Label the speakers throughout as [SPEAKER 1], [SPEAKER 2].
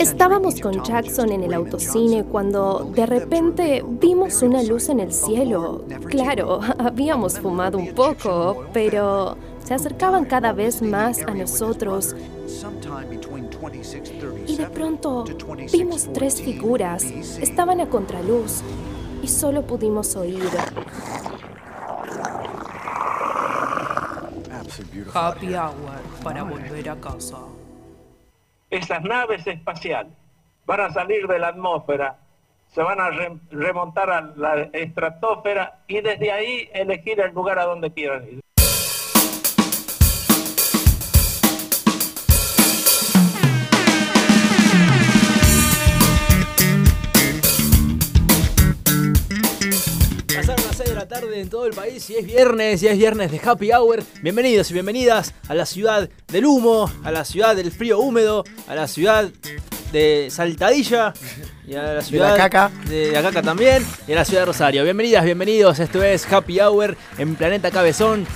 [SPEAKER 1] Estábamos con Jackson en el autocine cuando de repente vimos una luz en el cielo. Claro, habíamos fumado un poco, pero se acercaban cada vez más a nosotros y de pronto vimos tres figuras. Estaban a contraluz y solo pudimos oír.
[SPEAKER 2] Happy hour para volver a casa.
[SPEAKER 3] Esas naves espaciales van a salir de la atmósfera, se van a re- remontar a la estratosfera y desde ahí elegir el lugar a donde quieran ir.
[SPEAKER 4] Pasaron las 6 de la tarde en todo el país y es viernes, y es viernes de Happy Hour. Bienvenidos y bienvenidas a la ciudad del humo, a la ciudad del frío húmedo, a la ciudad de Saltadilla y a la ciudad
[SPEAKER 5] caca.
[SPEAKER 4] de la caca también y a la ciudad de Rosario. Bienvenidas, bienvenidos. Esto es Happy Hour en Planeta Cabezón.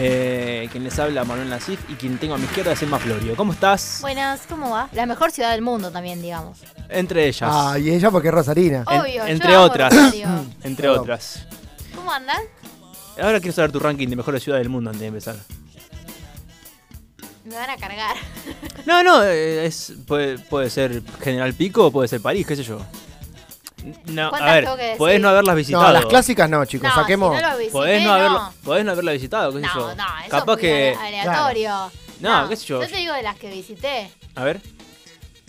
[SPEAKER 4] Eh, quien les habla Manuel Nasif y quien tengo a mi izquierda es Emma Florio. ¿Cómo estás?
[SPEAKER 6] Buenas, ¿cómo va? La mejor ciudad del mundo también, digamos.
[SPEAKER 4] Entre ellas.
[SPEAKER 5] Ah, y ella porque es Rosarina.
[SPEAKER 4] En-
[SPEAKER 6] Obvio, yo
[SPEAKER 4] entre
[SPEAKER 6] amo
[SPEAKER 4] otras.
[SPEAKER 6] Rosario.
[SPEAKER 4] Entre
[SPEAKER 5] Perdón.
[SPEAKER 4] otras.
[SPEAKER 6] ¿Cómo andan?
[SPEAKER 4] Ahora quiero saber tu ranking de mejores ciudades del mundo antes de empezar.
[SPEAKER 6] Me van a cargar.
[SPEAKER 4] No, no, eh, es, puede, puede ser General Pico o puede ser París, qué sé yo. No, a
[SPEAKER 6] ¿Cuántas
[SPEAKER 4] ver,
[SPEAKER 6] tengo que decir?
[SPEAKER 4] podés no haberlas
[SPEAKER 5] No,
[SPEAKER 4] visitado.
[SPEAKER 5] las clásicas no, chicos,
[SPEAKER 6] no,
[SPEAKER 5] saquemos.
[SPEAKER 6] Si no, lo visité,
[SPEAKER 4] podés, no haberlo-
[SPEAKER 6] no.
[SPEAKER 4] podés no haberla visitado, qué sé
[SPEAKER 6] No,
[SPEAKER 4] yo.
[SPEAKER 6] no, eso
[SPEAKER 4] Capaz
[SPEAKER 6] es
[SPEAKER 4] que.
[SPEAKER 6] muy aleatorio.
[SPEAKER 4] No, qué sé yo.
[SPEAKER 6] Yo te digo de las que visité.
[SPEAKER 4] A ver,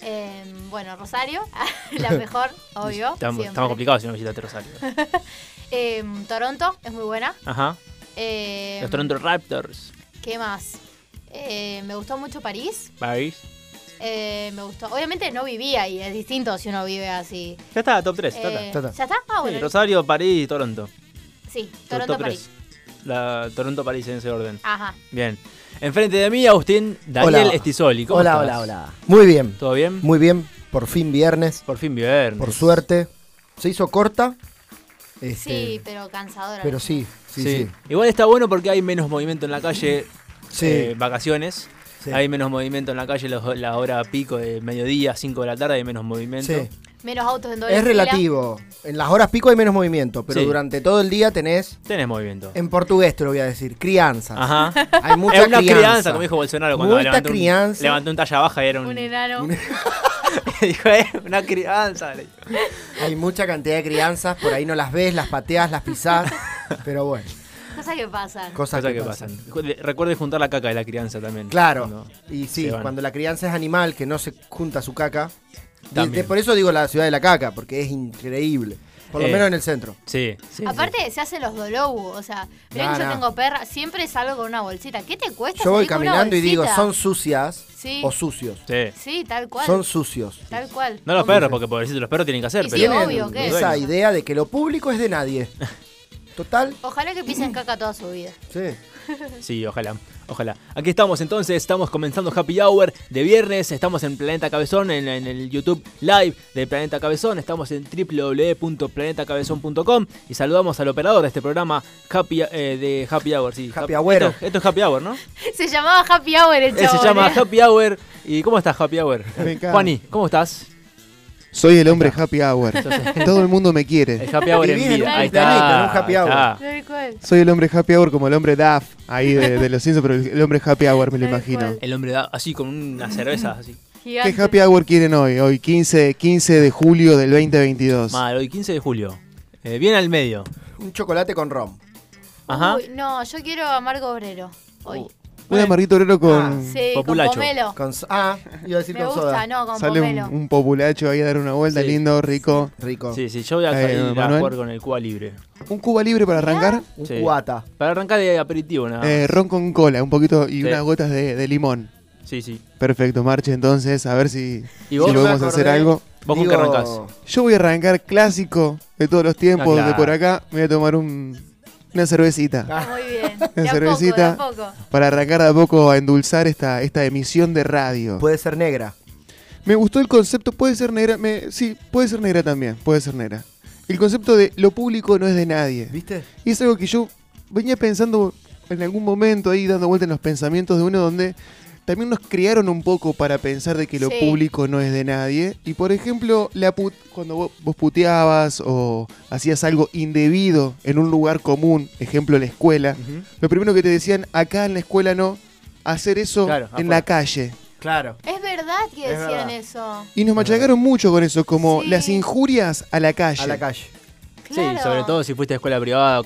[SPEAKER 6] Eh, bueno, Rosario, la mejor, obvio.
[SPEAKER 4] estamos,
[SPEAKER 6] siempre.
[SPEAKER 4] estamos complicados si no visitaste Rosario.
[SPEAKER 6] Eh, Toronto es muy buena.
[SPEAKER 4] Ajá.
[SPEAKER 6] Eh,
[SPEAKER 4] Los Toronto Raptors.
[SPEAKER 6] ¿Qué más? Eh, me gustó mucho París.
[SPEAKER 4] París.
[SPEAKER 6] Eh, me gustó. Obviamente no viví ahí, es distinto si uno vive así.
[SPEAKER 4] Ya está, top 3.
[SPEAKER 6] Eh,
[SPEAKER 5] está.
[SPEAKER 6] ¿Ya está? Ah, bueno.
[SPEAKER 4] Tota, Rosario, París y Toronto.
[SPEAKER 6] Sí,
[SPEAKER 4] Tu
[SPEAKER 6] Toronto,
[SPEAKER 4] top
[SPEAKER 6] París.
[SPEAKER 4] 3. La Toronto, París en ese orden.
[SPEAKER 6] Ajá.
[SPEAKER 4] Bien. Enfrente de mí, Agustín Daniel
[SPEAKER 5] Hola.
[SPEAKER 4] Estisoli. ¿Cómo
[SPEAKER 5] Hola,
[SPEAKER 4] estás?
[SPEAKER 5] hola, hola. Muy bien,
[SPEAKER 4] ¿Todo bien?
[SPEAKER 5] muy bien. Por fin viernes,
[SPEAKER 4] Por fin viernes.
[SPEAKER 5] por suerte. Se hizo corta. este,
[SPEAKER 6] Sí, pero cansadora.
[SPEAKER 5] pero sí, sí, sí.
[SPEAKER 4] Igual está bueno porque hay menos movimiento en la calle,
[SPEAKER 5] Sí.
[SPEAKER 4] eh, vacaciones.
[SPEAKER 5] Sí.
[SPEAKER 4] Hay menos movimiento en la calle, los- la hora pico de mediodía, 5 de la tarde, hay menos movimiento.
[SPEAKER 5] Sí.
[SPEAKER 6] Menos autos en doble
[SPEAKER 5] Es
[SPEAKER 6] fila.
[SPEAKER 5] relativo. En las horas pico hay menos movimiento, pero
[SPEAKER 4] Sí.
[SPEAKER 5] durante todo el día tenés,
[SPEAKER 4] Tenés movimiento.
[SPEAKER 5] en portugués te lo voy a decir, crianza.
[SPEAKER 4] Ajá.
[SPEAKER 5] Hay mucha
[SPEAKER 4] es una crianza,
[SPEAKER 5] crianza.
[SPEAKER 4] como dijo Bolsonaro cuando
[SPEAKER 5] Mucha
[SPEAKER 4] levantó un,
[SPEAKER 5] crianza.
[SPEAKER 4] levantó un talla baja y era un.
[SPEAKER 6] Un enano.
[SPEAKER 4] dijo, eh, una crianza. le dijo.
[SPEAKER 5] Hay mucha cantidad de crianzas, por ahí no las ves, las pateás, las pisás, pero bueno,
[SPEAKER 6] Cosas que pasan.
[SPEAKER 4] Cosas
[SPEAKER 5] cosas que
[SPEAKER 4] que
[SPEAKER 5] pasan.
[SPEAKER 4] pasan. Ju- Recuerde juntar la caca de la crianza también.
[SPEAKER 5] Claro.
[SPEAKER 4] Cuando-
[SPEAKER 5] Y
[SPEAKER 4] se
[SPEAKER 5] sí,
[SPEAKER 4] van.
[SPEAKER 5] cuando la crianza es animal, que no se junta su caca. de-
[SPEAKER 4] También.
[SPEAKER 5] de- por eso digo la ciudad de la caca, porque es increíble. Por lo
[SPEAKER 4] Eh.
[SPEAKER 5] menos en el centro.
[SPEAKER 4] Sí, sí.
[SPEAKER 6] Aparte, se hacen los dolobu. O sea, mirá
[SPEAKER 5] No,
[SPEAKER 6] que yo
[SPEAKER 5] no.
[SPEAKER 6] tengo perra, siempre salgo con una bolsita. ¿Qué te cuesta?
[SPEAKER 5] Yo voy
[SPEAKER 6] salir con una
[SPEAKER 5] caminando y digo,
[SPEAKER 6] bolsita?
[SPEAKER 5] son sucias
[SPEAKER 6] Sí.
[SPEAKER 5] o sucios.
[SPEAKER 4] sí. Sí.
[SPEAKER 6] Sí, tal cual.
[SPEAKER 5] Son sucios.
[SPEAKER 6] Tal cual.
[SPEAKER 4] No los
[SPEAKER 6] Como-
[SPEAKER 4] perros, porque pobrecitos los perros tienen que hacer,
[SPEAKER 6] Y sí,
[SPEAKER 4] pero.
[SPEAKER 6] obvio, ¿qué?
[SPEAKER 4] los
[SPEAKER 5] Esa
[SPEAKER 4] dueños.
[SPEAKER 5] idea de que lo público es de nadie. Total.
[SPEAKER 6] Ojalá que pisen caca toda su vida.
[SPEAKER 5] Sí.
[SPEAKER 4] Sí, ojalá, ojalá. Aquí estamos entonces, estamos comenzando Happy Hour de viernes, estamos en Planeta Cabezón, en, en el YouTube Live de Planeta Cabezón, estamos en www.planetacabezón.com y saludamos al operador de este programa Happy, eh, de Happy Hour, sí.
[SPEAKER 5] Happy
[SPEAKER 4] Hap-
[SPEAKER 5] Hour.
[SPEAKER 4] Esto, esto es Happy Hour, ¿no?
[SPEAKER 6] Se llamaba Happy Hour el
[SPEAKER 4] Eh, se
[SPEAKER 6] chabón,
[SPEAKER 4] llama
[SPEAKER 6] ¿eh?
[SPEAKER 4] Happy Hour. ¿Y cómo estás, Happy Hour?
[SPEAKER 7] Me encanta.
[SPEAKER 4] Juani, ¿cómo estás?
[SPEAKER 7] Soy el hombre happy hour.
[SPEAKER 4] Entonces-
[SPEAKER 7] Todo el mundo me
[SPEAKER 4] El
[SPEAKER 7] quiere.
[SPEAKER 4] Happy Hour en
[SPEAKER 5] Vivís en
[SPEAKER 4] vida.
[SPEAKER 5] un
[SPEAKER 4] Ahí
[SPEAKER 5] planeta,
[SPEAKER 4] está.
[SPEAKER 5] en un happy
[SPEAKER 4] ahí
[SPEAKER 5] hour.
[SPEAKER 4] está.
[SPEAKER 6] Tal cual.
[SPEAKER 7] Soy el hombre happy hour como el hombre Duff ahí de, de los Simpsons, pero el hombre happy hour me lo
[SPEAKER 6] Tal
[SPEAKER 7] imagino.
[SPEAKER 6] cual.
[SPEAKER 4] El hombre da así con una cerveza así.
[SPEAKER 6] Gigante.
[SPEAKER 7] ¿Qué happy hour quieren hoy? Hoy 15, 15 de julio del 2022.
[SPEAKER 4] Mal, hoy 15 de julio. Eh, bien al medio.
[SPEAKER 5] Un chocolate con rom.
[SPEAKER 4] Ajá. Uh,
[SPEAKER 6] Uy, no, yo quiero a Marco Obrero. Hoy.
[SPEAKER 7] Un amarguito obrero con...
[SPEAKER 6] Ah, sí,
[SPEAKER 4] populacho.
[SPEAKER 6] con pomelo.
[SPEAKER 5] Con so- ah, iba a decir
[SPEAKER 6] Me
[SPEAKER 5] con
[SPEAKER 6] gusta,
[SPEAKER 5] soda.
[SPEAKER 6] no, con
[SPEAKER 7] Sale un,
[SPEAKER 6] pomelo.
[SPEAKER 7] un populacho ahí a dar una vuelta,
[SPEAKER 4] Sí.
[SPEAKER 7] lindo, rico.
[SPEAKER 5] Rico.
[SPEAKER 4] Sí, sí, yo voy a,
[SPEAKER 7] Eh,
[SPEAKER 4] ir a
[SPEAKER 7] Manuel.
[SPEAKER 4] jugar con el Cuba libre.
[SPEAKER 7] Un Cuba libre para arrancar.
[SPEAKER 5] Un
[SPEAKER 4] Sí.
[SPEAKER 5] cubata.
[SPEAKER 4] Para arrancar de aperitivo, nada. más.
[SPEAKER 7] eh, ron con cola, un poquito y
[SPEAKER 4] Ah. Sí.
[SPEAKER 7] unas gotas de, de limón.
[SPEAKER 4] sí, sí.
[SPEAKER 7] Perfecto, marche entonces, a ver si,
[SPEAKER 4] ¿Y
[SPEAKER 7] si
[SPEAKER 4] vos?
[SPEAKER 7] podemos
[SPEAKER 5] Me acordé.
[SPEAKER 7] hacer algo.
[SPEAKER 4] ¿Vos con
[SPEAKER 5] Digo,
[SPEAKER 4] qué arrancás?
[SPEAKER 7] Yo voy a arrancar clásico de todos los
[SPEAKER 4] Ah,
[SPEAKER 7] tiempos,
[SPEAKER 4] claro.
[SPEAKER 7] donde por acá me voy a tomar un- una cervecita.
[SPEAKER 6] Muy bien. De
[SPEAKER 7] Una
[SPEAKER 6] a
[SPEAKER 7] cervecita.
[SPEAKER 6] poco, de a poco.
[SPEAKER 7] Para arrancar de a poco a endulzar esta, esta emisión de radio.
[SPEAKER 5] Puede ser negra.
[SPEAKER 7] Me gustó el concepto, puede ser negra, me- sí, puede ser negra también, puede ser negra. El concepto de lo público no es de nadie.
[SPEAKER 5] ¿Viste?
[SPEAKER 7] Y es algo que yo venía pensando en algún momento ahí, dando vuelta en los pensamientos de uno donde también nos criaron un poco para pensar de que lo
[SPEAKER 6] Sí.
[SPEAKER 7] público no es de nadie. Y por ejemplo, la put- cuando vo- vos puteabas o hacías algo indebido en un lugar común, ejemplo la escuela, lo primero que te decían, acá en la escuela no, hacer eso
[SPEAKER 5] Claro,
[SPEAKER 7] en
[SPEAKER 5] afuera.
[SPEAKER 7] la calle.
[SPEAKER 5] Claro.
[SPEAKER 6] Es verdad que
[SPEAKER 5] Es
[SPEAKER 6] decían
[SPEAKER 5] verdad.
[SPEAKER 6] eso.
[SPEAKER 7] Y nos machacaron mucho con eso, como
[SPEAKER 6] Sí.
[SPEAKER 7] las injurias a la calle.
[SPEAKER 5] A la calle.
[SPEAKER 6] Claro.
[SPEAKER 4] Sí, sobre todo si fuiste a escuela privada,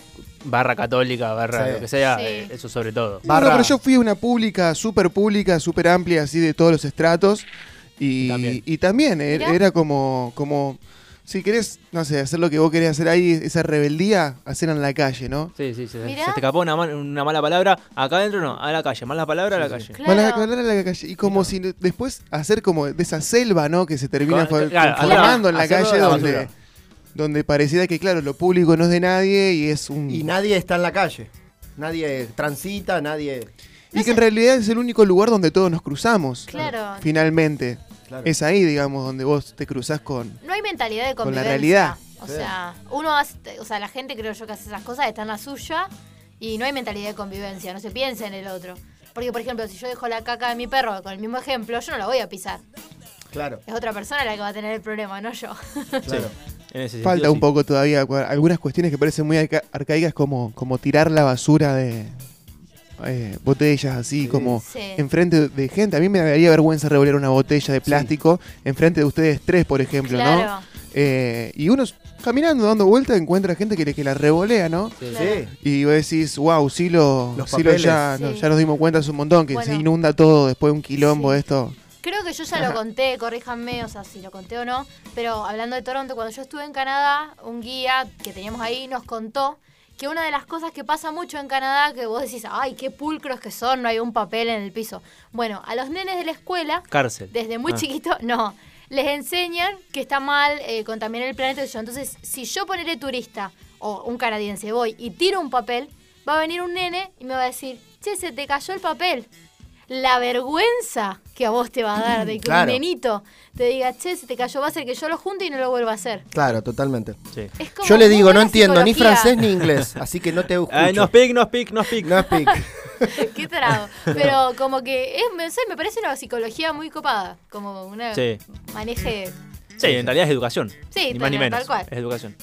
[SPEAKER 4] barra católica, barra
[SPEAKER 5] Sí.
[SPEAKER 4] lo que sea,
[SPEAKER 6] Sí.
[SPEAKER 4] eh, eso sobre todo.
[SPEAKER 7] No, no,
[SPEAKER 5] Barra.
[SPEAKER 7] pero yo fui a una pública, súper pública, súper amplia, así de todos los estratos. Y y
[SPEAKER 4] También.
[SPEAKER 7] también, er-
[SPEAKER 6] Mirá.
[SPEAKER 7] era como, como, si querés, no sé, hacer lo que vos querés hacer ahí, esa rebeldía, hacerla en la calle, ¿no?
[SPEAKER 4] Sí, sí, sí. Se
[SPEAKER 6] Mirá.
[SPEAKER 4] te escapó una, ma- una mala palabra, acá adentro no, a la calle, mala palabra a la calle.
[SPEAKER 6] Claro.
[SPEAKER 7] Hablar- hablar a la calle. Y como si de- después hacer como de esa selva, ¿no? Que se termina
[SPEAKER 4] Con-
[SPEAKER 7] fo-
[SPEAKER 4] claro,
[SPEAKER 7] formando en la
[SPEAKER 5] hacerlo
[SPEAKER 7] calle
[SPEAKER 5] de la
[SPEAKER 7] donde,
[SPEAKER 5] basura.
[SPEAKER 7] donde pareciera que, claro, lo público no es de nadie y es un...
[SPEAKER 5] Y nadie está en la calle. Nadie transita, nadie.
[SPEAKER 7] Y que en realidad es el único lugar donde todos nos cruzamos.
[SPEAKER 6] Claro.
[SPEAKER 7] Finalmente.
[SPEAKER 5] Claro.
[SPEAKER 7] Es ahí, digamos, donde vos te cruzás con.
[SPEAKER 6] No hay mentalidad de
[SPEAKER 7] Con la
[SPEAKER 6] convivencia.
[SPEAKER 7] realidad.
[SPEAKER 6] O
[SPEAKER 5] Sí.
[SPEAKER 6] sea, uno hace, o sea, la gente creo yo que hace esas cosas, está en la suya y no hay mentalidad de convivencia, no se piensa en el otro. Porque, por ejemplo, si yo dejo la caca de mi perro con el mismo ejemplo, yo no la voy a pisar.
[SPEAKER 5] Claro,
[SPEAKER 6] Es otra persona la que va a tener el problema, no yo.
[SPEAKER 5] claro.
[SPEAKER 4] En ese sentido,
[SPEAKER 7] Falta un
[SPEAKER 4] sí.
[SPEAKER 7] poco todavía. cua- Algunas cuestiones que parecen muy arca- arcaicas, como, como tirar la basura de. eh, botellas así, como
[SPEAKER 6] Sí.
[SPEAKER 7] enfrente de gente. A mí me daría vergüenza revolver una botella de plástico enfrente de ustedes tres, por ejemplo,
[SPEAKER 6] Claro.
[SPEAKER 7] ¿no? Eh, y uno s- caminando, dando vueltas, encuentra gente que, le- que la revolea, ¿no?
[SPEAKER 5] Sí.
[SPEAKER 7] Y vos decís, wow, sí lo,
[SPEAKER 5] Los
[SPEAKER 7] sí lo ya,
[SPEAKER 5] papeles.
[SPEAKER 7] no,
[SPEAKER 6] Sí.
[SPEAKER 7] ya nos dimos cuenta hace un montón, que se
[SPEAKER 6] Bueno.
[SPEAKER 7] inunda todo después de un quilombo
[SPEAKER 6] Sí.
[SPEAKER 7] esto.
[SPEAKER 6] Creo que yo ya lo conté, corríjanme, o sea, si lo conté o no, pero hablando de Toronto, cuando yo estuve en Canadá, un guía que teníamos ahí nos contó que una de las cosas que pasa mucho en Canadá, que vos decís, ay, qué pulcros que son, no hay un papel en el piso. Bueno, a los nenes de la escuela,
[SPEAKER 4] Cárcel.
[SPEAKER 6] desde muy
[SPEAKER 4] Ah.
[SPEAKER 6] chiquito, no, les enseñan que está mal eh, contaminar el planeta. qué sé yo. Entonces, si yo poneré turista o un canadiense voy y tiro un papel, va a venir un nene y me va a decir, che, se te cayó el papel. La vergüenza que a vos te va a dar de que
[SPEAKER 5] Claro.
[SPEAKER 6] un nenito te diga, che, se te cayó, va a ser que yo lo junte y no lo vuelva a hacer.
[SPEAKER 5] Claro, totalmente.
[SPEAKER 4] Sí.
[SPEAKER 6] Es como
[SPEAKER 5] Yo le
[SPEAKER 6] muy
[SPEAKER 5] digo, no
[SPEAKER 6] buena
[SPEAKER 5] entiendo ni
[SPEAKER 6] psicología.
[SPEAKER 5] francés ni inglés, así que no te escucho.
[SPEAKER 4] Ay, Eh, no speak, no speak, no speak.
[SPEAKER 5] No speak.
[SPEAKER 6] Qué trago. Pero como que es, me, no sé, me parece una psicología muy copada. Como una
[SPEAKER 4] Sí.
[SPEAKER 6] maneje.
[SPEAKER 4] Sí, en realidad es educación.
[SPEAKER 6] Sí,
[SPEAKER 4] ni más ni
[SPEAKER 6] tal-
[SPEAKER 4] menos.
[SPEAKER 6] tal cual.
[SPEAKER 4] Es educación.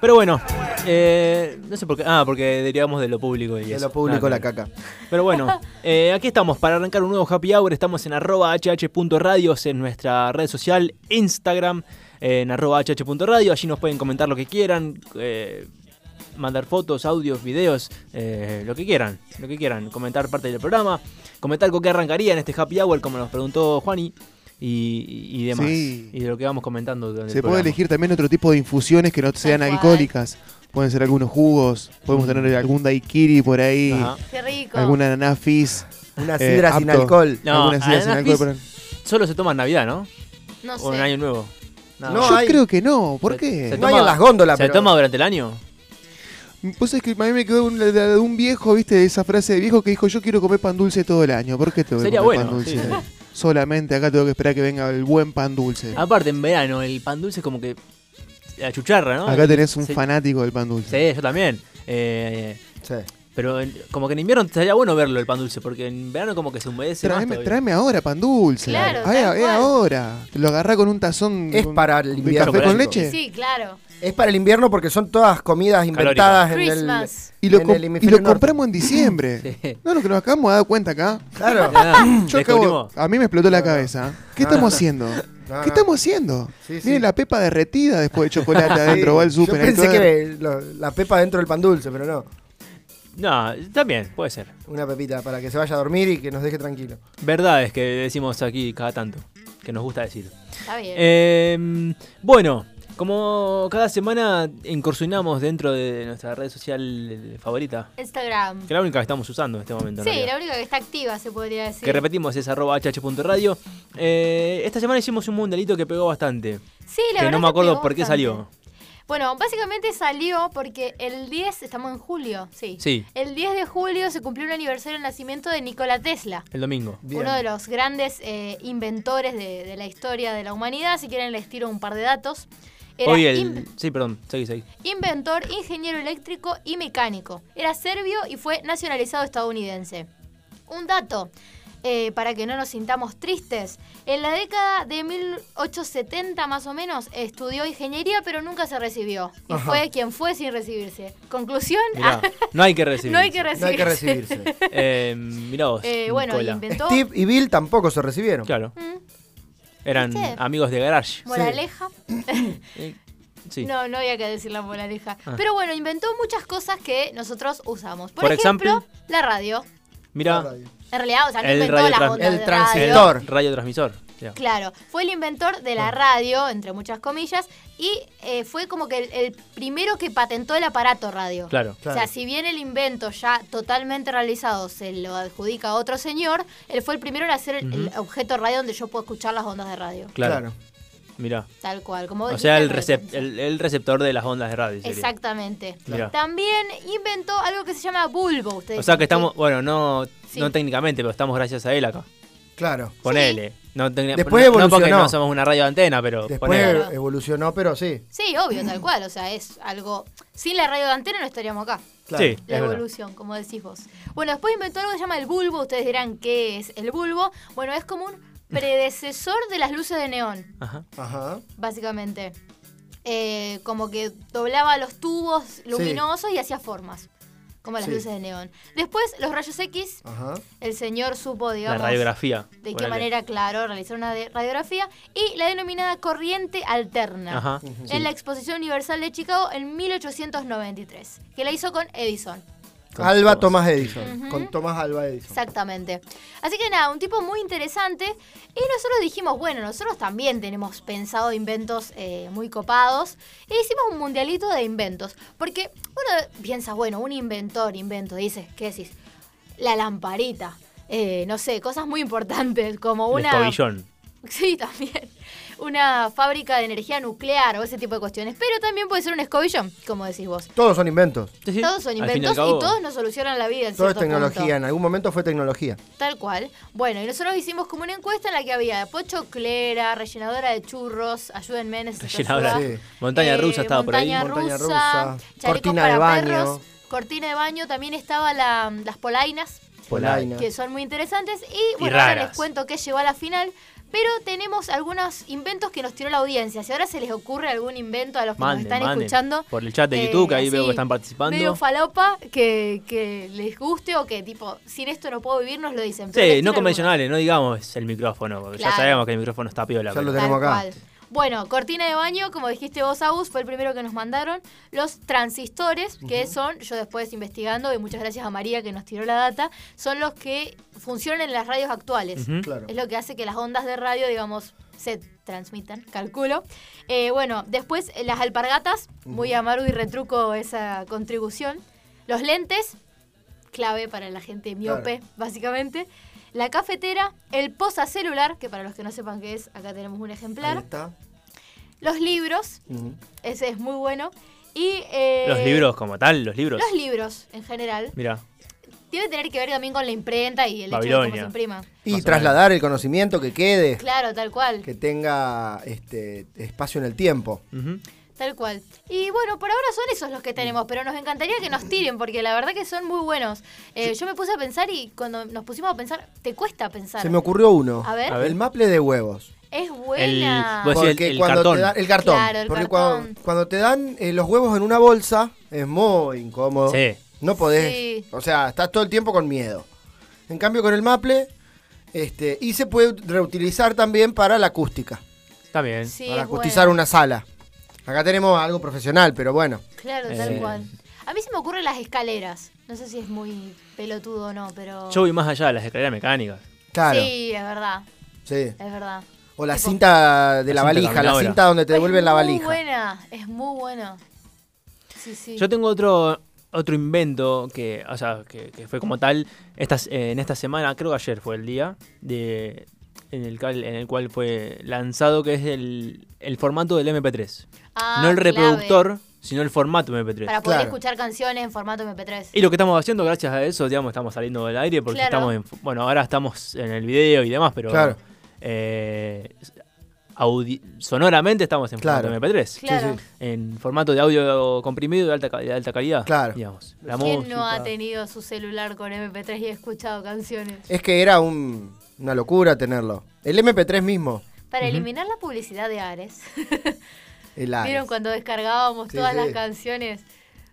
[SPEAKER 4] Pero bueno, eh, no sé por qué. Ah, porque derivamos de lo público y
[SPEAKER 5] De
[SPEAKER 4] eso.
[SPEAKER 5] lo público
[SPEAKER 4] Nada
[SPEAKER 5] la
[SPEAKER 4] que ver.
[SPEAKER 5] caca.
[SPEAKER 4] Pero bueno, eh, aquí estamos para arrancar un nuevo happy hour. Estamos en arroba hh.radios en nuestra red social, Instagram, en arroba hh.radio. Allí nos pueden comentar lo que quieran, eh, mandar fotos, audios, videos, eh, lo que quieran, lo que quieran. Comentar parte del programa, comentar con qué arrancaría en este happy hour, como nos preguntó Juani. Y, y- y demás.
[SPEAKER 7] Sí.
[SPEAKER 4] Y de lo que vamos comentando durante
[SPEAKER 7] Se
[SPEAKER 4] el
[SPEAKER 7] puede
[SPEAKER 4] programa.
[SPEAKER 7] elegir también otro tipo de infusiones que no sean
[SPEAKER 6] cual.
[SPEAKER 7] alcohólicas. Pueden ser algunos jugos, podemos tener algún daiquiri por ahí,
[SPEAKER 4] Mm. Ajá.
[SPEAKER 6] Qué rico.
[SPEAKER 7] alguna naná fizz,
[SPEAKER 5] Una
[SPEAKER 7] eh,
[SPEAKER 5] sidra sin
[SPEAKER 7] apto,
[SPEAKER 5] alcohol.
[SPEAKER 4] No,
[SPEAKER 7] alguna sidra sin
[SPEAKER 4] ananá
[SPEAKER 7] alcohol.
[SPEAKER 4] fizz-
[SPEAKER 7] perdón.
[SPEAKER 4] Solo se toma en Navidad, ¿no?
[SPEAKER 6] No
[SPEAKER 4] O en
[SPEAKER 6] sé.
[SPEAKER 4] Año Nuevo. Nada
[SPEAKER 5] No,
[SPEAKER 4] más.
[SPEAKER 7] Yo
[SPEAKER 5] hay-
[SPEAKER 7] creo que no, ¿por
[SPEAKER 4] Se-
[SPEAKER 7] qué?
[SPEAKER 4] se
[SPEAKER 5] No hay en las góndolas,
[SPEAKER 4] ¿Se
[SPEAKER 5] pero-
[SPEAKER 4] toma durante el año?
[SPEAKER 7] Vos sabés que a mí me quedó un- la de un viejo, viste, esa frase de viejo que dijo, yo quiero comer pan dulce todo el año, ¿por qué tengo que
[SPEAKER 4] Sería
[SPEAKER 7] comer
[SPEAKER 4] bueno,
[SPEAKER 7] pan dulce?
[SPEAKER 4] sí.
[SPEAKER 7] Solamente acá tengo que esperar que venga el buen pan dulce.
[SPEAKER 4] Aparte, en verano, el pan dulce es como que. La chucharra, ¿no?
[SPEAKER 7] Acá tenés un
[SPEAKER 4] Sí.
[SPEAKER 7] fanático del pan dulce.
[SPEAKER 4] Sí, yo también. Eh,
[SPEAKER 5] Sí.
[SPEAKER 4] pero en- como que en invierno estaría bueno verlo el pan dulce, porque en verano como que se humedece. más
[SPEAKER 7] Tráeme,
[SPEAKER 4] todavía.
[SPEAKER 7] tráeme ahora pan dulce.
[SPEAKER 6] Claro,
[SPEAKER 7] Ay,
[SPEAKER 6] tal
[SPEAKER 7] ay,
[SPEAKER 6] cual.
[SPEAKER 7] ahora. Te Lo agarrá con un tazón
[SPEAKER 5] Es
[SPEAKER 7] con-
[SPEAKER 5] para el
[SPEAKER 7] de
[SPEAKER 5] invierno.
[SPEAKER 7] café con
[SPEAKER 4] Chocolate.
[SPEAKER 7] leche.
[SPEAKER 6] Sí, claro.
[SPEAKER 5] Es para el invierno porque son todas comidas inventadas en el,
[SPEAKER 6] Christmas.
[SPEAKER 7] Y lo,
[SPEAKER 5] en
[SPEAKER 7] com-
[SPEAKER 5] el
[SPEAKER 7] y
[SPEAKER 5] hemisferio
[SPEAKER 7] lo
[SPEAKER 5] norte.
[SPEAKER 7] compramos en diciembre.
[SPEAKER 4] Sí.
[SPEAKER 7] No, lo que nos acabamos de dar cuenta acá.
[SPEAKER 5] Claro.
[SPEAKER 4] Ah,
[SPEAKER 7] Yo acabo,
[SPEAKER 4] descubrimos.
[SPEAKER 7] a mí me explotó la cabeza. ¿Qué
[SPEAKER 5] No,
[SPEAKER 7] estamos
[SPEAKER 5] no.
[SPEAKER 7] haciendo?
[SPEAKER 5] no.
[SPEAKER 7] ¿Qué estamos haciendo?
[SPEAKER 5] Sí, sí.
[SPEAKER 7] Miren la pepa derretida después de chocolate
[SPEAKER 5] Sí,
[SPEAKER 7] adentro, va al
[SPEAKER 5] Yo
[SPEAKER 7] súper. ahí
[SPEAKER 5] pensé
[SPEAKER 7] todo-
[SPEAKER 5] que lo- la pepa dentro del pan dulce, pero no.
[SPEAKER 4] No, también, puede ser.
[SPEAKER 5] Una pepita para que se vaya a dormir y que nos deje tranquilo.
[SPEAKER 4] Verdades que decimos aquí cada tanto, que nos gusta decir.
[SPEAKER 6] Está bien.
[SPEAKER 4] Eh, bueno, como cada semana incursionamos dentro de nuestra red social favorita,
[SPEAKER 6] Instagram.
[SPEAKER 4] que es la única que estamos usando en este momento. en
[SPEAKER 6] Sí,
[SPEAKER 4] realidad.
[SPEAKER 6] la única que está activa se podría decir.
[SPEAKER 4] que repetimos es arroba hh.radio. Eh, esta semana hicimos un mundialito que pegó bastante.
[SPEAKER 6] sí, la
[SPEAKER 4] que
[SPEAKER 6] verdad
[SPEAKER 4] no me
[SPEAKER 6] que
[SPEAKER 4] acuerdo
[SPEAKER 6] pegó
[SPEAKER 4] por qué
[SPEAKER 6] bastante.
[SPEAKER 4] salió.
[SPEAKER 6] Bueno, básicamente salió porque el 10, estamos en julio, sí.
[SPEAKER 4] Sí.
[SPEAKER 6] El 10 de julio se cumplió el aniversario del nacimiento de Nikola Tesla.
[SPEAKER 4] El domingo.
[SPEAKER 5] Bien.
[SPEAKER 6] Uno de los grandes eh, inventores de, de la historia de la humanidad. Si quieren les tiro un par de datos. Era
[SPEAKER 4] Hoy el.
[SPEAKER 6] in-
[SPEAKER 4] Sí, perdón, seguí, seguí.
[SPEAKER 6] inventor, ingeniero eléctrico y mecánico. Era serbio y fue nacionalizado estadounidense. Un dato. eh, para que no nos sintamos tristes. En la década de 1870 más o menos estudió ingeniería pero nunca se recibió. Y fue quien fue sin recibirse. Conclusión, ah,
[SPEAKER 4] Mirá, no hay que recibir.
[SPEAKER 6] no hay que recibirse.
[SPEAKER 5] No hay que recibirse.
[SPEAKER 4] Eh, mirá vos.
[SPEAKER 6] Eh, bueno, Mm.
[SPEAKER 4] Nicola.
[SPEAKER 6] inventó...
[SPEAKER 5] Steve y Bill tampoco se recibieron.
[SPEAKER 4] Claro. Eran
[SPEAKER 6] ¿Viste?
[SPEAKER 4] amigos de garage.
[SPEAKER 6] Moraleja.
[SPEAKER 4] Eh, Sí. Ah.
[SPEAKER 6] No, no había que decir la moraleja. Pero bueno, inventó muchas cosas que nosotros usamos. Por,
[SPEAKER 4] Por
[SPEAKER 6] ejemplo,
[SPEAKER 4] ejemplo,
[SPEAKER 6] la radio.
[SPEAKER 4] Mira,
[SPEAKER 6] En realidad, o sea, no
[SPEAKER 4] El
[SPEAKER 6] inventó
[SPEAKER 4] radio
[SPEAKER 6] las
[SPEAKER 4] trans-
[SPEAKER 6] ondas
[SPEAKER 5] el
[SPEAKER 6] de
[SPEAKER 5] transistor.
[SPEAKER 6] radio.
[SPEAKER 5] Thor.
[SPEAKER 4] radiotransmisor. Ya.
[SPEAKER 6] Claro, fue el inventor de la radio, entre muchas comillas, y eh, fue como que el, el primero que patentó el aparato radio.
[SPEAKER 4] Claro.
[SPEAKER 6] O sea,
[SPEAKER 5] Claro.
[SPEAKER 6] si bien el invento ya totalmente realizado se lo adjudica a otro señor, él fue el primero en hacer el, el objeto radio donde yo puedo escuchar las ondas de radio.
[SPEAKER 4] Claro. Mira.
[SPEAKER 6] Tal cual, como
[SPEAKER 4] O
[SPEAKER 6] dijiste,
[SPEAKER 4] sea, el,
[SPEAKER 6] radio
[SPEAKER 4] recep-
[SPEAKER 6] transmisor.
[SPEAKER 4] el, el receptor de las ondas de radio. sería.
[SPEAKER 6] Exactamente.
[SPEAKER 4] Mirá.
[SPEAKER 6] También inventó algo que se llama bulbo. ustedes
[SPEAKER 4] O sea que
[SPEAKER 6] saben
[SPEAKER 4] estamos, bueno, no,
[SPEAKER 6] Sí.
[SPEAKER 4] no técnicamente, pero estamos gracias a él acá.
[SPEAKER 5] Claro.
[SPEAKER 4] Ponele. No, tecni-
[SPEAKER 5] Después
[SPEAKER 4] no- no porque
[SPEAKER 5] evolucionó.
[SPEAKER 4] no somos una radio de antena, pero
[SPEAKER 5] Después
[SPEAKER 4] ponele.
[SPEAKER 6] Claro.
[SPEAKER 5] evolucionó, pero sí.
[SPEAKER 6] Sí, obvio, tal cual. O sea, es algo. Sin la radio de antena no estaríamos acá.
[SPEAKER 5] Claro.
[SPEAKER 4] Sí,
[SPEAKER 6] La
[SPEAKER 4] es verdad.
[SPEAKER 6] evolución, como decís vos. Bueno, después inventó algo que se llama el bulbo. Ustedes dirán, ¿qué es el bulbo? Bueno, es como un predecesor de las luces de neón,
[SPEAKER 4] Ajá.
[SPEAKER 5] Ajá.
[SPEAKER 6] básicamente. Eh, como que doblaba los tubos luminosos y hacía formas, como las
[SPEAKER 5] Sí.
[SPEAKER 6] luces de neón. Después, los rayos X,
[SPEAKER 5] Ajá.
[SPEAKER 6] el señor supo,
[SPEAKER 4] Ah. La
[SPEAKER 6] digamos,
[SPEAKER 4] radiografía.
[SPEAKER 6] de qué
[SPEAKER 4] ponele.
[SPEAKER 6] manera, claro, realizar una de- radiografía. Y la denominada corriente alterna
[SPEAKER 4] Ajá.
[SPEAKER 6] en
[SPEAKER 4] sí.
[SPEAKER 6] la Exposición Universal de Chicago en 1893, que la hizo con Edison.
[SPEAKER 5] Alba Tomás Edison.
[SPEAKER 6] Ujú.
[SPEAKER 5] Con Tomás Alba Edison.
[SPEAKER 6] Exactamente. Así que nada, un tipo muy interesante. Y nosotros dijimos, bueno, nosotros también tenemos pensado inventos eh, muy copados. E hicimos un mundialito de inventos. Porque uno piensa, bueno, un inventor, invento, dices, ¿qué decís? La lamparita. eh, no sé, cosas muy importantes como
[SPEAKER 4] El
[SPEAKER 6] una...
[SPEAKER 4] escobillón.
[SPEAKER 6] Sí, también. Una fábrica de energía nuclear o ese tipo de cuestiones. Pero también puede ser un escobillón, como decís vos.
[SPEAKER 5] Todos son inventos.
[SPEAKER 4] Sí, sí.
[SPEAKER 6] Todos son
[SPEAKER 4] Al fin al
[SPEAKER 6] inventos y,
[SPEAKER 4] cabo,
[SPEAKER 6] todos nos solucionan la vida en
[SPEAKER 5] Todo es
[SPEAKER 6] cierto
[SPEAKER 5] tecnología.
[SPEAKER 6] punto.
[SPEAKER 5] En algún momento fue tecnología.
[SPEAKER 6] Tal cual. Bueno, y nosotros hicimos como una encuesta en la que había pochoclera, rellenadora de churros, ayúdenme, necesito
[SPEAKER 4] Rellenadora.
[SPEAKER 6] ayuda.
[SPEAKER 5] Sí.
[SPEAKER 4] Montaña rusa estaba por ahí.
[SPEAKER 6] Eh, Montaña
[SPEAKER 5] Montaña
[SPEAKER 6] rusa,
[SPEAKER 5] rusa,
[SPEAKER 6] chalecos
[SPEAKER 5] cortina
[SPEAKER 6] para
[SPEAKER 5] de baño.
[SPEAKER 6] perros, cortina de baño, también estaba la- las polainas,
[SPEAKER 5] Polaina.
[SPEAKER 6] que son muy interesantes. Y bueno, ahora
[SPEAKER 4] raras.
[SPEAKER 6] les cuento qué llegó a la final. Pero tenemos algunos inventos que nos tiró la audiencia. Si ahora se les ocurre algún invento a los que
[SPEAKER 4] Manden,
[SPEAKER 6] nos están
[SPEAKER 4] manden.
[SPEAKER 6] escuchando.
[SPEAKER 4] Por el chat de YouTube, que ahí veo que
[SPEAKER 6] así,
[SPEAKER 4] están participando.
[SPEAKER 6] Medio falopa, que, que les guste o que tipo, sin esto no puedo vivir, nos lo dicen. Pero les
[SPEAKER 4] Sí,
[SPEAKER 6] tiro
[SPEAKER 4] no
[SPEAKER 6] algunos.
[SPEAKER 4] convencionales, no digamos el micrófono, porque
[SPEAKER 6] este Claro.
[SPEAKER 4] ya sabemos que el micrófono está piola.
[SPEAKER 5] Ya
[SPEAKER 4] pero-
[SPEAKER 5] lo tenemos
[SPEAKER 6] Tal
[SPEAKER 5] acá.
[SPEAKER 6] cual. Bueno, cortina de baño, como dijiste vos, Agus, fue el primero que nos mandaron. Los transistores, que son, yo después investigando, y muchas gracias a María que nos tiró la data, son los que funcionan en las radios actuales.
[SPEAKER 4] Ujú.
[SPEAKER 5] Claro.
[SPEAKER 6] Es lo que hace que las ondas de radio, digamos, se transmitan, calculo. Eh, bueno, después eh, las alpargatas, muy amaru y retruco esa contribución. Los lentes, clave para la gente miope, básicamente. La cafetera, el posa celular, que para los que no sepan qué es, acá tenemos un
[SPEAKER 5] Ahí
[SPEAKER 6] ejemplar.
[SPEAKER 5] está.
[SPEAKER 6] Los libros,
[SPEAKER 5] Ujú.
[SPEAKER 6] ese es muy bueno. Y. eh,
[SPEAKER 4] Los libros como tal, los libros.
[SPEAKER 6] Los libros, en general.
[SPEAKER 4] Mira,
[SPEAKER 6] Tiene que tener que ver también con la imprenta y el hecho de cómo
[SPEAKER 4] Babilonia.
[SPEAKER 6] se imprima.
[SPEAKER 5] Y
[SPEAKER 4] menos.
[SPEAKER 5] trasladar el conocimiento que quede,
[SPEAKER 6] Claro, tal cual.
[SPEAKER 5] que tenga este espacio en el tiempo.
[SPEAKER 6] Tal cual. Y bueno, por ahora son esos los que tenemos, pero nos encantaría que nos tiren, porque la verdad que son muy buenos. Eh, yo me puse a pensar y cuando nos pusimos a pensar, te cuesta pensar.
[SPEAKER 5] Se me ocurrió uno.
[SPEAKER 6] A ver.
[SPEAKER 4] A ver.
[SPEAKER 5] El maple de huevos.
[SPEAKER 6] Es buena.
[SPEAKER 4] El- Pues sí, el
[SPEAKER 5] cuando
[SPEAKER 4] cartón.
[SPEAKER 5] te dan el cartón,
[SPEAKER 6] Claro, el
[SPEAKER 5] porque
[SPEAKER 6] cartón.
[SPEAKER 5] Cuando, cuando te dan eh, los huevos en una bolsa es muy incómodo.
[SPEAKER 4] Sí.
[SPEAKER 5] No podés.
[SPEAKER 6] Sí.
[SPEAKER 5] O sea, estás todo el tiempo con miedo. En cambio con el maple este y se puede reutilizar también para la acústica,
[SPEAKER 4] está bien.
[SPEAKER 6] Sí,
[SPEAKER 5] para
[SPEAKER 6] es
[SPEAKER 5] acustizar
[SPEAKER 6] buena.
[SPEAKER 5] una sala. Acá tenemos algo profesional, pero bueno.
[SPEAKER 6] Claro, tal
[SPEAKER 4] Eh.
[SPEAKER 6] cual. A mí se me ocurren las escaleras. No sé si es muy pelotudo o no, pero.
[SPEAKER 4] Yo voy más allá de las escaleras mecánicas.
[SPEAKER 5] Claro. Sí.
[SPEAKER 6] Sí, es verdad. Es verdad.
[SPEAKER 5] O la
[SPEAKER 6] Tipo,
[SPEAKER 5] cinta de la,
[SPEAKER 4] La cinta
[SPEAKER 5] valija, la
[SPEAKER 4] caminadora.
[SPEAKER 5] cinta donde te devuelven
[SPEAKER 6] es
[SPEAKER 5] la valija.
[SPEAKER 6] muy buena. Es muy buena. Sí, sí.
[SPEAKER 4] Yo tengo otro otro invento que, o sea, que, que fue como tal estas, eh, en esta semana, creo que ayer fue el día de en el cual en el cual fue lanzado que es el, el formato del MP3.
[SPEAKER 6] Ah,
[SPEAKER 4] no el
[SPEAKER 6] clave.
[SPEAKER 4] reproductor, sino el formato MP3.
[SPEAKER 6] Para poder
[SPEAKER 5] Claro.
[SPEAKER 6] escuchar canciones en formato MP3.
[SPEAKER 4] Y lo que estamos haciendo, gracias a eso, digamos, estamos saliendo del aire porque
[SPEAKER 6] Claro.
[SPEAKER 4] estamos en, bueno, ahora estamos en el video y demás, pero
[SPEAKER 5] Claro.
[SPEAKER 4] eh, audi- sonoramente estamos en
[SPEAKER 5] Claro.
[SPEAKER 4] formato MP3.
[SPEAKER 6] Claro.
[SPEAKER 5] sí.
[SPEAKER 4] En formato de audio comprimido de alta, ca- de alta calidad.
[SPEAKER 5] Claro.
[SPEAKER 4] Digamos. La
[SPEAKER 6] ¿Quién no ha
[SPEAKER 4] música.
[SPEAKER 6] tenido su celular con MP3 y ha escuchado canciones?
[SPEAKER 5] Es que era un- una locura tenerlo. El MP3 mismo.
[SPEAKER 6] Para eliminar la publicidad de Ares.
[SPEAKER 5] El Ares.
[SPEAKER 6] ¿Vieron cuando descargábamos
[SPEAKER 5] Sí,
[SPEAKER 6] todas
[SPEAKER 5] sí.
[SPEAKER 6] las canciones?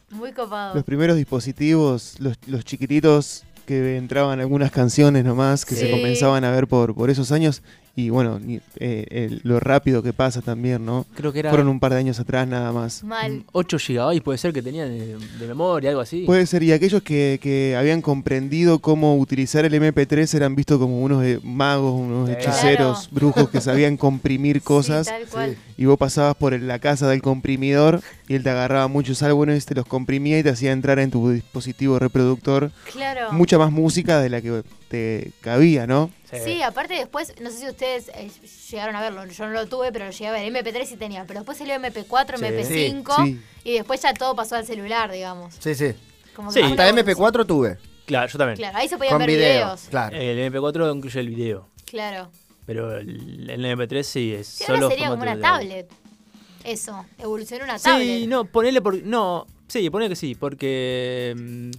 [SPEAKER 6] Muy copado.
[SPEAKER 7] Los primeros dispositivos, los, los chiquititos que entraban algunas canciones nomás, que se
[SPEAKER 6] Sí.
[SPEAKER 7] comenzaban a ver por, por esos años, y bueno, ni- eh, el- lo rápido que pasa también, ¿no?
[SPEAKER 4] Creo que era
[SPEAKER 7] Fueron un par de años atrás nada más.
[SPEAKER 6] Mal.
[SPEAKER 4] 8 GB, puede ser que tenían de, de memoria, algo así.
[SPEAKER 7] Puede ser, y aquellos que, que habían comprendido cómo utilizar el MP3 eran vistos como unos eh, magos, unos
[SPEAKER 4] Claro.
[SPEAKER 7] hechiceros, brujos que sabían comprimir cosas.
[SPEAKER 6] Sí, tal cual.
[SPEAKER 7] y vos pasabas por la casa del comprimidor y él te agarraba muchos álbumes, te los comprimía y te hacía entrar en tu dispositivo reproductor
[SPEAKER 6] Claro.
[SPEAKER 7] mucha más música de la que te cabía, ¿no?
[SPEAKER 4] Sí.
[SPEAKER 6] Sí, aparte después, no sé si ustedes eh, llegaron a verlo, yo no lo tuve, pero lo llegué a ver. MP3 sí tenía, pero después salió MP4,
[SPEAKER 4] Sí.
[SPEAKER 6] MP5
[SPEAKER 7] Sí.
[SPEAKER 6] y después ya todo pasó al celular, digamos.
[SPEAKER 5] Sí, sí.
[SPEAKER 6] Como
[SPEAKER 4] Sí.
[SPEAKER 6] fue
[SPEAKER 5] Hasta
[SPEAKER 6] una
[SPEAKER 5] MP4 tuve.
[SPEAKER 4] Claro, yo también.
[SPEAKER 6] evolución. Claro, ahí se podían
[SPEAKER 5] Con
[SPEAKER 6] ver
[SPEAKER 5] video.
[SPEAKER 6] videos.
[SPEAKER 5] Claro.
[SPEAKER 4] El MP4 incluye el video,
[SPEAKER 6] Claro.
[SPEAKER 4] pero el, el MP3 sí es
[SPEAKER 6] Sí,
[SPEAKER 4] solo
[SPEAKER 6] ahora sería como
[SPEAKER 4] formato
[SPEAKER 6] una
[SPEAKER 4] de audio.
[SPEAKER 6] tablet. Eso, evolucionó una
[SPEAKER 4] Sí,
[SPEAKER 6] tablet.
[SPEAKER 4] no, ponele por no, sí, ponele que sí, porque mm,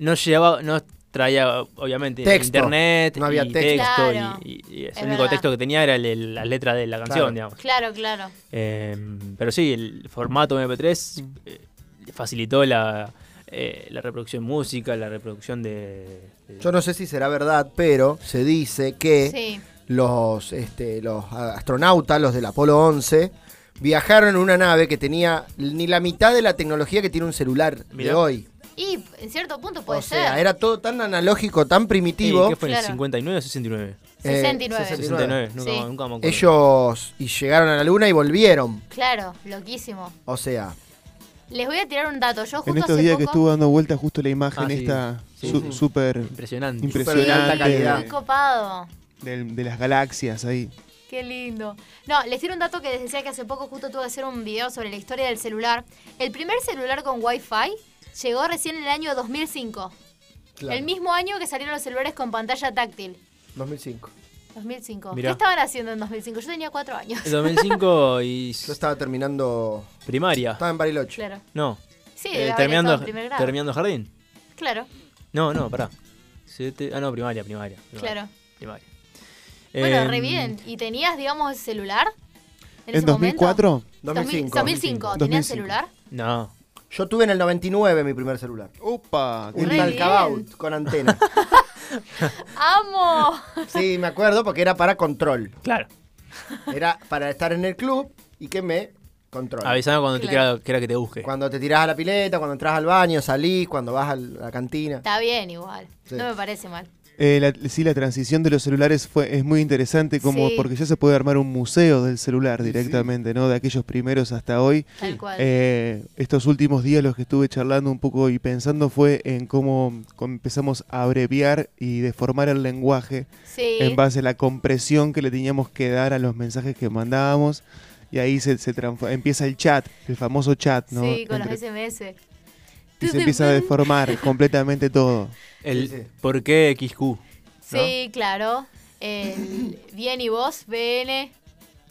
[SPEAKER 4] no llevaba no traía obviamente
[SPEAKER 5] Texto.
[SPEAKER 4] internet,
[SPEAKER 5] No había
[SPEAKER 4] y
[SPEAKER 5] texto.
[SPEAKER 4] texto y-
[SPEAKER 6] Claro.
[SPEAKER 4] y, y es
[SPEAKER 6] Es
[SPEAKER 4] el único
[SPEAKER 6] verdad.
[SPEAKER 4] texto que tenía era el- el- la letra de la canción,
[SPEAKER 5] Claro.
[SPEAKER 4] digamos.
[SPEAKER 6] Claro, claro.
[SPEAKER 4] Eh, pero sí, el formato MP3
[SPEAKER 5] Mm.
[SPEAKER 4] eh, facilitó la, eh, la reproducción de música, la reproducción de... de-
[SPEAKER 5] Yo no sé si será verdad, pero se dice que
[SPEAKER 6] Sí.
[SPEAKER 5] los, este, los astronautas, los del Apolo 11, viajaron en una nave que tenía ni la mitad de la tecnología que tiene un celular de
[SPEAKER 4] Mirá.
[SPEAKER 5] hoy.
[SPEAKER 6] Y en cierto punto puede
[SPEAKER 5] o sea,
[SPEAKER 6] ser.
[SPEAKER 5] era todo tan analógico, tan
[SPEAKER 4] Sí,
[SPEAKER 5] primitivo.
[SPEAKER 4] ¿Qué fue en el
[SPEAKER 6] Claro.
[SPEAKER 4] 59 o 69?
[SPEAKER 5] Eh,
[SPEAKER 6] 69.
[SPEAKER 4] 69, nunca,
[SPEAKER 6] Sí.
[SPEAKER 4] me- nunca me acuerdo.
[SPEAKER 5] Ellos y llegaron a la luna y volvieron.
[SPEAKER 6] Claro, loquísimo.
[SPEAKER 5] O sea,
[SPEAKER 6] Les voy a tirar un dato. Yo justo
[SPEAKER 7] En estos
[SPEAKER 6] hace
[SPEAKER 7] días
[SPEAKER 6] poco...
[SPEAKER 7] que estuvo dando vuelta justo la imagen
[SPEAKER 4] Ah, sí.
[SPEAKER 7] esta
[SPEAKER 4] Sí,
[SPEAKER 7] su-
[SPEAKER 4] sí.
[SPEAKER 7] súper
[SPEAKER 4] Impresionante.
[SPEAKER 5] Pero de alta calidad.
[SPEAKER 7] impresionante
[SPEAKER 6] Muy copado.
[SPEAKER 7] del- de, las galaxias ahí.
[SPEAKER 6] Qué lindo. No, les tiro un dato que les decía que hace poco justo tuve que hacer un video sobre la historia del celular. El primer celular con Wi-Fi llegó recién en el año 2005.
[SPEAKER 5] Claro.
[SPEAKER 6] El mismo año que salieron los celulares con pantalla táctil.
[SPEAKER 5] 2005.
[SPEAKER 6] 2005.
[SPEAKER 4] Mirá.
[SPEAKER 6] ¿Qué estaban haciendo en 2005? Yo tenía cuatro años.
[SPEAKER 4] En 2005 y
[SPEAKER 5] Yo estaba terminando.
[SPEAKER 4] primaria.
[SPEAKER 5] Estaba en Bariloche.
[SPEAKER 6] Claro.
[SPEAKER 4] No.
[SPEAKER 6] Sí,
[SPEAKER 4] eh,
[SPEAKER 6] habría
[SPEAKER 4] terminando,
[SPEAKER 6] estado en primer grado.
[SPEAKER 4] terminando jardín.
[SPEAKER 6] Claro,
[SPEAKER 4] No, no, pará. Siete- ah, no, primaria, primaria. primaria,
[SPEAKER 6] claro.
[SPEAKER 4] primaria.
[SPEAKER 6] Bueno,
[SPEAKER 4] Em,
[SPEAKER 6] re bien. ¿Y tenías, digamos, el celular?
[SPEAKER 7] ¿En,
[SPEAKER 6] ese momento?
[SPEAKER 7] 2004?
[SPEAKER 5] 2005.
[SPEAKER 6] 2005. ¿Tenían
[SPEAKER 7] 2005.
[SPEAKER 6] celular?
[SPEAKER 4] No.
[SPEAKER 5] Yo tuve en el 99 mi primer celular.
[SPEAKER 7] ¡Upa!
[SPEAKER 5] Un
[SPEAKER 6] Re
[SPEAKER 5] tal
[SPEAKER 6] bien.
[SPEAKER 5] Cabaut con antena.
[SPEAKER 6] ¡Amo!
[SPEAKER 5] Sí, me acuerdo porque era para control.
[SPEAKER 4] Claro.
[SPEAKER 5] Era para estar en el club y que me controle.
[SPEAKER 4] Avisame cuando te
[SPEAKER 6] Claro.
[SPEAKER 4] quiera, quiera que te busque.
[SPEAKER 5] Cuando te tirás a la pileta, cuando entras al baño, salís, cuando vas a la cantina.
[SPEAKER 6] Está bien igual.
[SPEAKER 5] Sí.
[SPEAKER 6] No me parece mal.
[SPEAKER 7] Eh, la- sí, la transición de los celulares fue, es muy interesante como
[SPEAKER 6] Sí.
[SPEAKER 7] porque ya se puede armar un museo del celular directamente, ¿no? De aquellos primeros hasta hoy.
[SPEAKER 6] Tal cual.
[SPEAKER 7] Eh, estos últimos días los que estuve charlando un poco y pensando fue en cómo cómo empezamos a abreviar y deformar el lenguaje
[SPEAKER 6] sí.
[SPEAKER 7] en base a la compresión que le teníamos que dar a los mensajes que mandábamos. Y ahí se, se transfo- empieza el chat, el famoso chat, ¿no?
[SPEAKER 6] Sí, con
[SPEAKER 7] Entre-
[SPEAKER 6] los SMS.
[SPEAKER 7] y se empieza a deformar completamente todo.
[SPEAKER 4] El,
[SPEAKER 5] Sí, sí.
[SPEAKER 4] ¿Por qué XQ?
[SPEAKER 6] Sí, claro. El bien y vos, BN,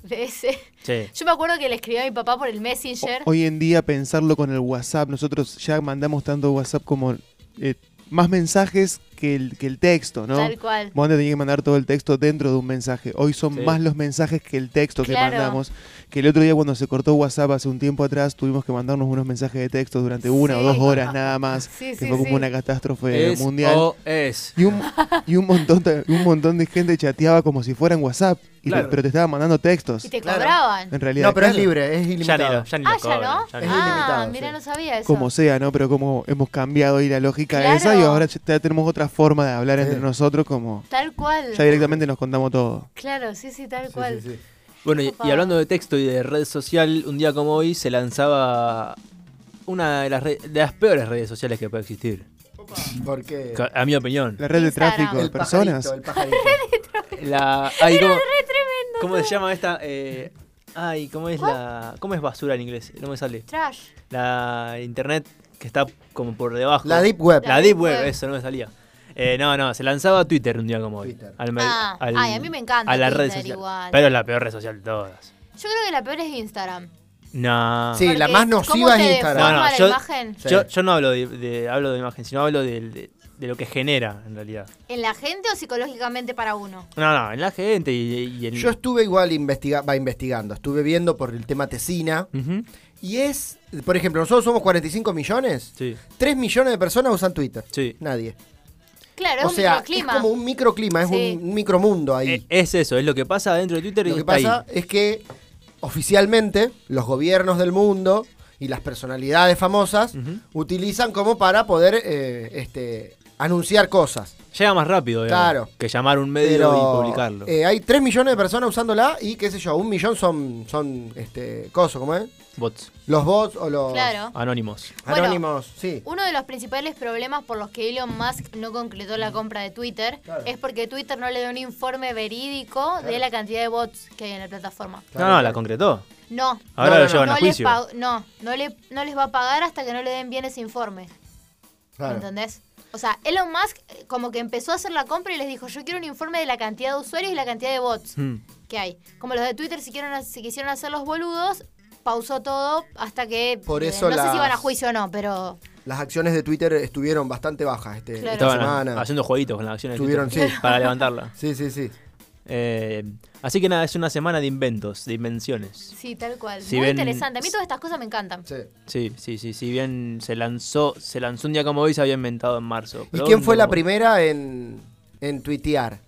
[SPEAKER 6] BS.
[SPEAKER 4] Sí.
[SPEAKER 6] Yo me acuerdo que le escribí a mi papá por el Messenger.
[SPEAKER 7] Hoy en día pensarlo con el WhatsApp, nosotros ya mandamos tanto WhatsApp como eh, más mensajes que el, que el texto, ¿no?
[SPEAKER 6] Tal cual.
[SPEAKER 7] Vos antes tenías que mandar todo el texto dentro de un mensaje. Hoy son
[SPEAKER 4] Sí.
[SPEAKER 7] más los mensajes que el texto
[SPEAKER 6] Claro.
[SPEAKER 7] que mandamos. Que el otro día cuando se cortó WhatsApp hace un tiempo atrás tuvimos que mandarnos unos mensajes de texto durante una
[SPEAKER 6] Sí.
[SPEAKER 7] o dos horas nada más.
[SPEAKER 6] Sí,
[SPEAKER 7] que
[SPEAKER 6] sí,
[SPEAKER 7] fue como
[SPEAKER 6] sí.
[SPEAKER 7] una catástrofe
[SPEAKER 4] Es
[SPEAKER 7] mundial.
[SPEAKER 4] o es.
[SPEAKER 7] Y un, y un montón de, y un montón de gente chateaba como si fuera en WhatsApp, y te-
[SPEAKER 4] Claro.
[SPEAKER 7] pero te estaba mandando textos.
[SPEAKER 6] Y te
[SPEAKER 5] Claro.
[SPEAKER 6] cobraban.
[SPEAKER 7] En realidad,
[SPEAKER 5] No, pero es
[SPEAKER 7] claro,
[SPEAKER 5] libre, es
[SPEAKER 4] Ya ni
[SPEAKER 5] ilimitado.
[SPEAKER 4] lo, ya ni lo
[SPEAKER 6] Ah, ya
[SPEAKER 4] cobran,
[SPEAKER 6] no.
[SPEAKER 4] ya ni-
[SPEAKER 5] Es
[SPEAKER 6] Ah,
[SPEAKER 5] ilimitado,
[SPEAKER 6] mira,
[SPEAKER 5] sí.
[SPEAKER 6] no sabía eso.
[SPEAKER 7] como sea, ¿no? Pero como hemos cambiado y la lógica
[SPEAKER 6] Claro.
[SPEAKER 7] esa y ahora ya te- tenemos otra forma de hablar entre
[SPEAKER 5] Sí.
[SPEAKER 7] nosotros como
[SPEAKER 6] Tal cual.
[SPEAKER 7] ya directamente nos contamos todo.
[SPEAKER 6] Claro, sí, sí, tal cual.
[SPEAKER 4] Bueno, y, y hablando de texto y de red social, un día como hoy se lanzaba una de las, re- de las peores redes sociales que puede existir.
[SPEAKER 5] Porque
[SPEAKER 4] Ca- A mi opinión.
[SPEAKER 7] La red de
[SPEAKER 6] Instagram.
[SPEAKER 7] tráfico de
[SPEAKER 5] el
[SPEAKER 7] personas.
[SPEAKER 5] pajarito, el pajarito.
[SPEAKER 4] La, ay, ¿cómo, ¿Cómo se llama esta? Eh, ay, ¿cómo es la. ¿Cómo es basura en inglés? No me sale.
[SPEAKER 6] Trash.
[SPEAKER 4] La internet que está como por debajo.
[SPEAKER 5] La Deep Web.
[SPEAKER 4] La Deep Web, eso no me salía. Eh, no, no, se lanzaba Twitter un día como hoy.
[SPEAKER 5] Twitter.
[SPEAKER 4] Al mer-
[SPEAKER 6] Ah,
[SPEAKER 4] al-
[SPEAKER 6] ay, a mí me encanta
[SPEAKER 4] A la red
[SPEAKER 6] Twitter
[SPEAKER 4] social.
[SPEAKER 6] igual.
[SPEAKER 4] Pero es la peor red social de todas.
[SPEAKER 6] Yo creo que la peor es Instagram.
[SPEAKER 4] No.
[SPEAKER 5] Sí, la
[SPEAKER 6] Porque
[SPEAKER 5] más
[SPEAKER 6] ¿cómo
[SPEAKER 5] nociva
[SPEAKER 6] te
[SPEAKER 5] es Instagram.
[SPEAKER 6] deforma
[SPEAKER 4] No, no,
[SPEAKER 6] la
[SPEAKER 4] yo-
[SPEAKER 6] imagen
[SPEAKER 5] Sí.
[SPEAKER 4] Yo, yo no hablo de, de- hablo de imagen, sino hablo del- de, de lo que genera, en realidad.
[SPEAKER 6] en la gente o psicológicamente para uno?
[SPEAKER 4] No, no, en la gente y, y en...
[SPEAKER 5] Yo estuve igual investiga va investigando, estuve viendo por el tema Tesina.
[SPEAKER 4] Ujú,
[SPEAKER 5] Y es, por ejemplo, nosotros somos 45 millones.
[SPEAKER 4] Sí,
[SPEAKER 5] 3 millones de personas usan Twitter.
[SPEAKER 4] sí.
[SPEAKER 5] Nadie.
[SPEAKER 6] Claro,
[SPEAKER 5] o
[SPEAKER 6] es
[SPEAKER 5] sea,
[SPEAKER 6] un microclima.
[SPEAKER 5] es como un microclima, es
[SPEAKER 6] Sí.
[SPEAKER 5] un, un micromundo ahí.
[SPEAKER 4] E- es eso, es lo que pasa dentro de Twitter y
[SPEAKER 5] Lo que
[SPEAKER 4] está
[SPEAKER 5] pasa
[SPEAKER 4] ahí.
[SPEAKER 5] es que oficialmente los gobiernos del mundo y las personalidades famosas
[SPEAKER 4] Ujú.
[SPEAKER 5] utilizan como para poder eh, este, anunciar cosas.
[SPEAKER 4] Llega más rápido, digamos,
[SPEAKER 5] Claro.
[SPEAKER 4] que llamar un medio
[SPEAKER 5] Pero,
[SPEAKER 4] y publicarlo.
[SPEAKER 5] eh, hay 3 millones de personas usándola y qué sé yo, un millón son, son este, coso, ¿cómo es?
[SPEAKER 4] Bots,
[SPEAKER 5] Los bots o los
[SPEAKER 6] Claro.
[SPEAKER 4] anónimos.
[SPEAKER 6] Bueno.
[SPEAKER 5] anónimos, sí.
[SPEAKER 6] Uno de los principales problemas por los que Elon Musk no concretó la compra de Twitter es porque Twitter no le dio un informe verídico de la cantidad de bots que hay en la plataforma.
[SPEAKER 5] Claro,
[SPEAKER 4] no, no,
[SPEAKER 5] claro.
[SPEAKER 4] la concretó.
[SPEAKER 6] No.
[SPEAKER 4] Ahora
[SPEAKER 5] No,
[SPEAKER 4] lo
[SPEAKER 5] no,
[SPEAKER 4] llevan a
[SPEAKER 6] no, les
[SPEAKER 4] juicio.
[SPEAKER 6] pag- no, no, le- no les va a pagar hasta que no le den bien ese informe.
[SPEAKER 5] Claro.
[SPEAKER 6] ¿Entendés? O sea, Elon Musk eh, como que empezó a hacer la compra y les dijo, yo quiero un informe de la cantidad de usuarios y la cantidad de bots
[SPEAKER 4] Mm.
[SPEAKER 6] que hay. Como los de Twitter si, quieren, si quisieron hacer los boludos, pausó todo hasta que...
[SPEAKER 5] Por
[SPEAKER 6] eh,
[SPEAKER 5] eso
[SPEAKER 6] no sé
[SPEAKER 5] las-
[SPEAKER 6] si van a juicio o no, pero...
[SPEAKER 5] Las acciones de Twitter estuvieron bastante bajas este,
[SPEAKER 6] Claro.
[SPEAKER 5] esta
[SPEAKER 4] Estaban
[SPEAKER 5] semana.
[SPEAKER 4] haciendo jueguitos con las acciones. de
[SPEAKER 5] Tuvieron,
[SPEAKER 4] Twitter
[SPEAKER 5] sí.
[SPEAKER 4] Para levantarla.
[SPEAKER 5] Sí, sí, sí.
[SPEAKER 4] Eh, así que nada, es una semana de inventos, de invenciones.
[SPEAKER 6] Sí, tal cual.
[SPEAKER 4] Si
[SPEAKER 6] Muy
[SPEAKER 4] ven-
[SPEAKER 6] interesante. A mí todas estas cosas me encantan.
[SPEAKER 5] sí.
[SPEAKER 4] Sí, sí, sí, si bien se lanzó, se lanzó un día como hoy, se había inventado en marzo.
[SPEAKER 5] ¿Y
[SPEAKER 4] Pero
[SPEAKER 5] quién fue
[SPEAKER 4] no-
[SPEAKER 5] la primera en, en tuitear?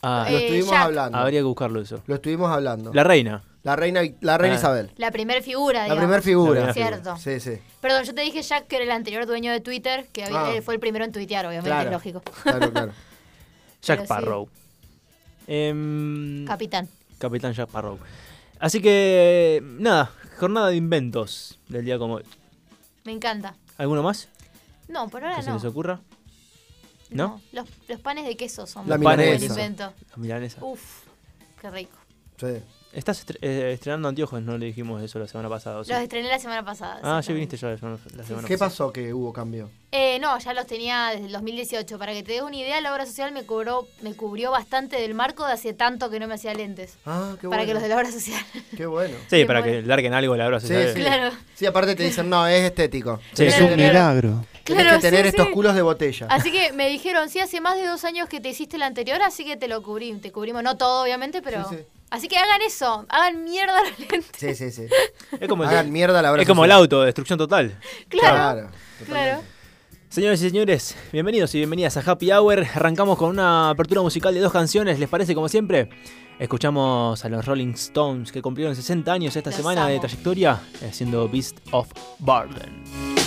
[SPEAKER 4] Ah,
[SPEAKER 5] Lo
[SPEAKER 6] Eh,
[SPEAKER 5] estuvimos
[SPEAKER 6] Jack.
[SPEAKER 5] hablando.
[SPEAKER 4] habría que buscarlo eso.
[SPEAKER 5] Lo estuvimos hablando.
[SPEAKER 4] La reina.
[SPEAKER 5] La reina, la reina
[SPEAKER 4] Ah.
[SPEAKER 5] Isabel.
[SPEAKER 6] La primera figura,
[SPEAKER 5] La
[SPEAKER 6] digamos.
[SPEAKER 5] primera figura.
[SPEAKER 4] La primera
[SPEAKER 6] Cierto.
[SPEAKER 5] Sí, sí.
[SPEAKER 6] Perdón, yo te dije Jack que era el anterior dueño de Twitter, que había-
[SPEAKER 5] Ah.
[SPEAKER 6] él fue el primero en tuitear, obviamente,
[SPEAKER 5] Claro.
[SPEAKER 6] lógico.
[SPEAKER 5] Claro, claro.
[SPEAKER 4] Jack
[SPEAKER 6] Pero sí.
[SPEAKER 4] Parrow. Em,
[SPEAKER 6] Capitán.
[SPEAKER 4] Capitán Jack Parrow. Así que, nada, jornada de inventos del día como hoy.
[SPEAKER 6] Me encanta.
[SPEAKER 4] ¿Alguno más
[SPEAKER 6] No, por
[SPEAKER 4] que
[SPEAKER 6] ahora
[SPEAKER 4] se
[SPEAKER 6] Ah, no.
[SPEAKER 4] les ocurra? ¿No? Ah,
[SPEAKER 6] Los, los panes de queso son
[SPEAKER 5] La
[SPEAKER 6] un buen
[SPEAKER 5] milanesa.
[SPEAKER 6] invento.
[SPEAKER 4] La milanesa.
[SPEAKER 6] Uf, qué rico.
[SPEAKER 5] Sí.
[SPEAKER 4] Estás estre- eh, estrenando anteojos, no le dijimos eso la semana pasada. ¿o Oh, sí?
[SPEAKER 6] Los estrené la semana
[SPEAKER 4] Ah,
[SPEAKER 6] pasada.
[SPEAKER 4] ya
[SPEAKER 6] exactamente.
[SPEAKER 4] viniste ya la semana, la semana
[SPEAKER 5] ¿Qué
[SPEAKER 4] pasada.
[SPEAKER 5] pasó que hubo cambio?
[SPEAKER 6] Eh, no, ya los tenía desde el 2018. Para que te des una idea, la obra social me cubrió, me cubrió bastante del marco de hace tanto que no me hacía lentes.
[SPEAKER 5] Ah, qué bueno.
[SPEAKER 6] para que los de la obra social.
[SPEAKER 5] Qué bueno.
[SPEAKER 4] Sí,
[SPEAKER 6] Qué
[SPEAKER 4] para
[SPEAKER 6] bueno.
[SPEAKER 4] que larguen algo la hora
[SPEAKER 5] Sí,
[SPEAKER 4] social.
[SPEAKER 5] sí.
[SPEAKER 6] Claro.
[SPEAKER 5] Sí, aparte te dicen, no, es estético.
[SPEAKER 4] Sí.
[SPEAKER 7] Es
[SPEAKER 6] Claro,
[SPEAKER 7] un
[SPEAKER 6] claro.
[SPEAKER 7] milagro.
[SPEAKER 5] Tienes
[SPEAKER 6] Claro,
[SPEAKER 5] que tener
[SPEAKER 6] sí,
[SPEAKER 5] estos
[SPEAKER 6] sí.
[SPEAKER 5] culos de botella.
[SPEAKER 6] Así que me dijeron, sí, hace más de dos años que te hiciste la anterior, así que te lo cubrí. Te cubrimos, no todo, obviamente, pero.
[SPEAKER 5] Sí, sí.
[SPEAKER 6] Así que hagan eso, hagan mierda los lentes.
[SPEAKER 5] Sí, sí, sí.
[SPEAKER 4] Es como,
[SPEAKER 5] Hagan
[SPEAKER 4] el,
[SPEAKER 5] mierda la hora
[SPEAKER 4] es como el
[SPEAKER 5] social.
[SPEAKER 4] auto, destrucción total.
[SPEAKER 6] Claro, claro.
[SPEAKER 5] totalmente.
[SPEAKER 4] Señores y señores, bienvenidos y bienvenidas a Happy Hour. Arrancamos con una apertura musical de dos canciones, ¿les parece como siempre? Escuchamos a los Rolling Stones que cumplieron 60 años esta
[SPEAKER 6] Los
[SPEAKER 4] semana de eh,
[SPEAKER 6] amo.
[SPEAKER 4] trayectoria haciendo Beast of Burden.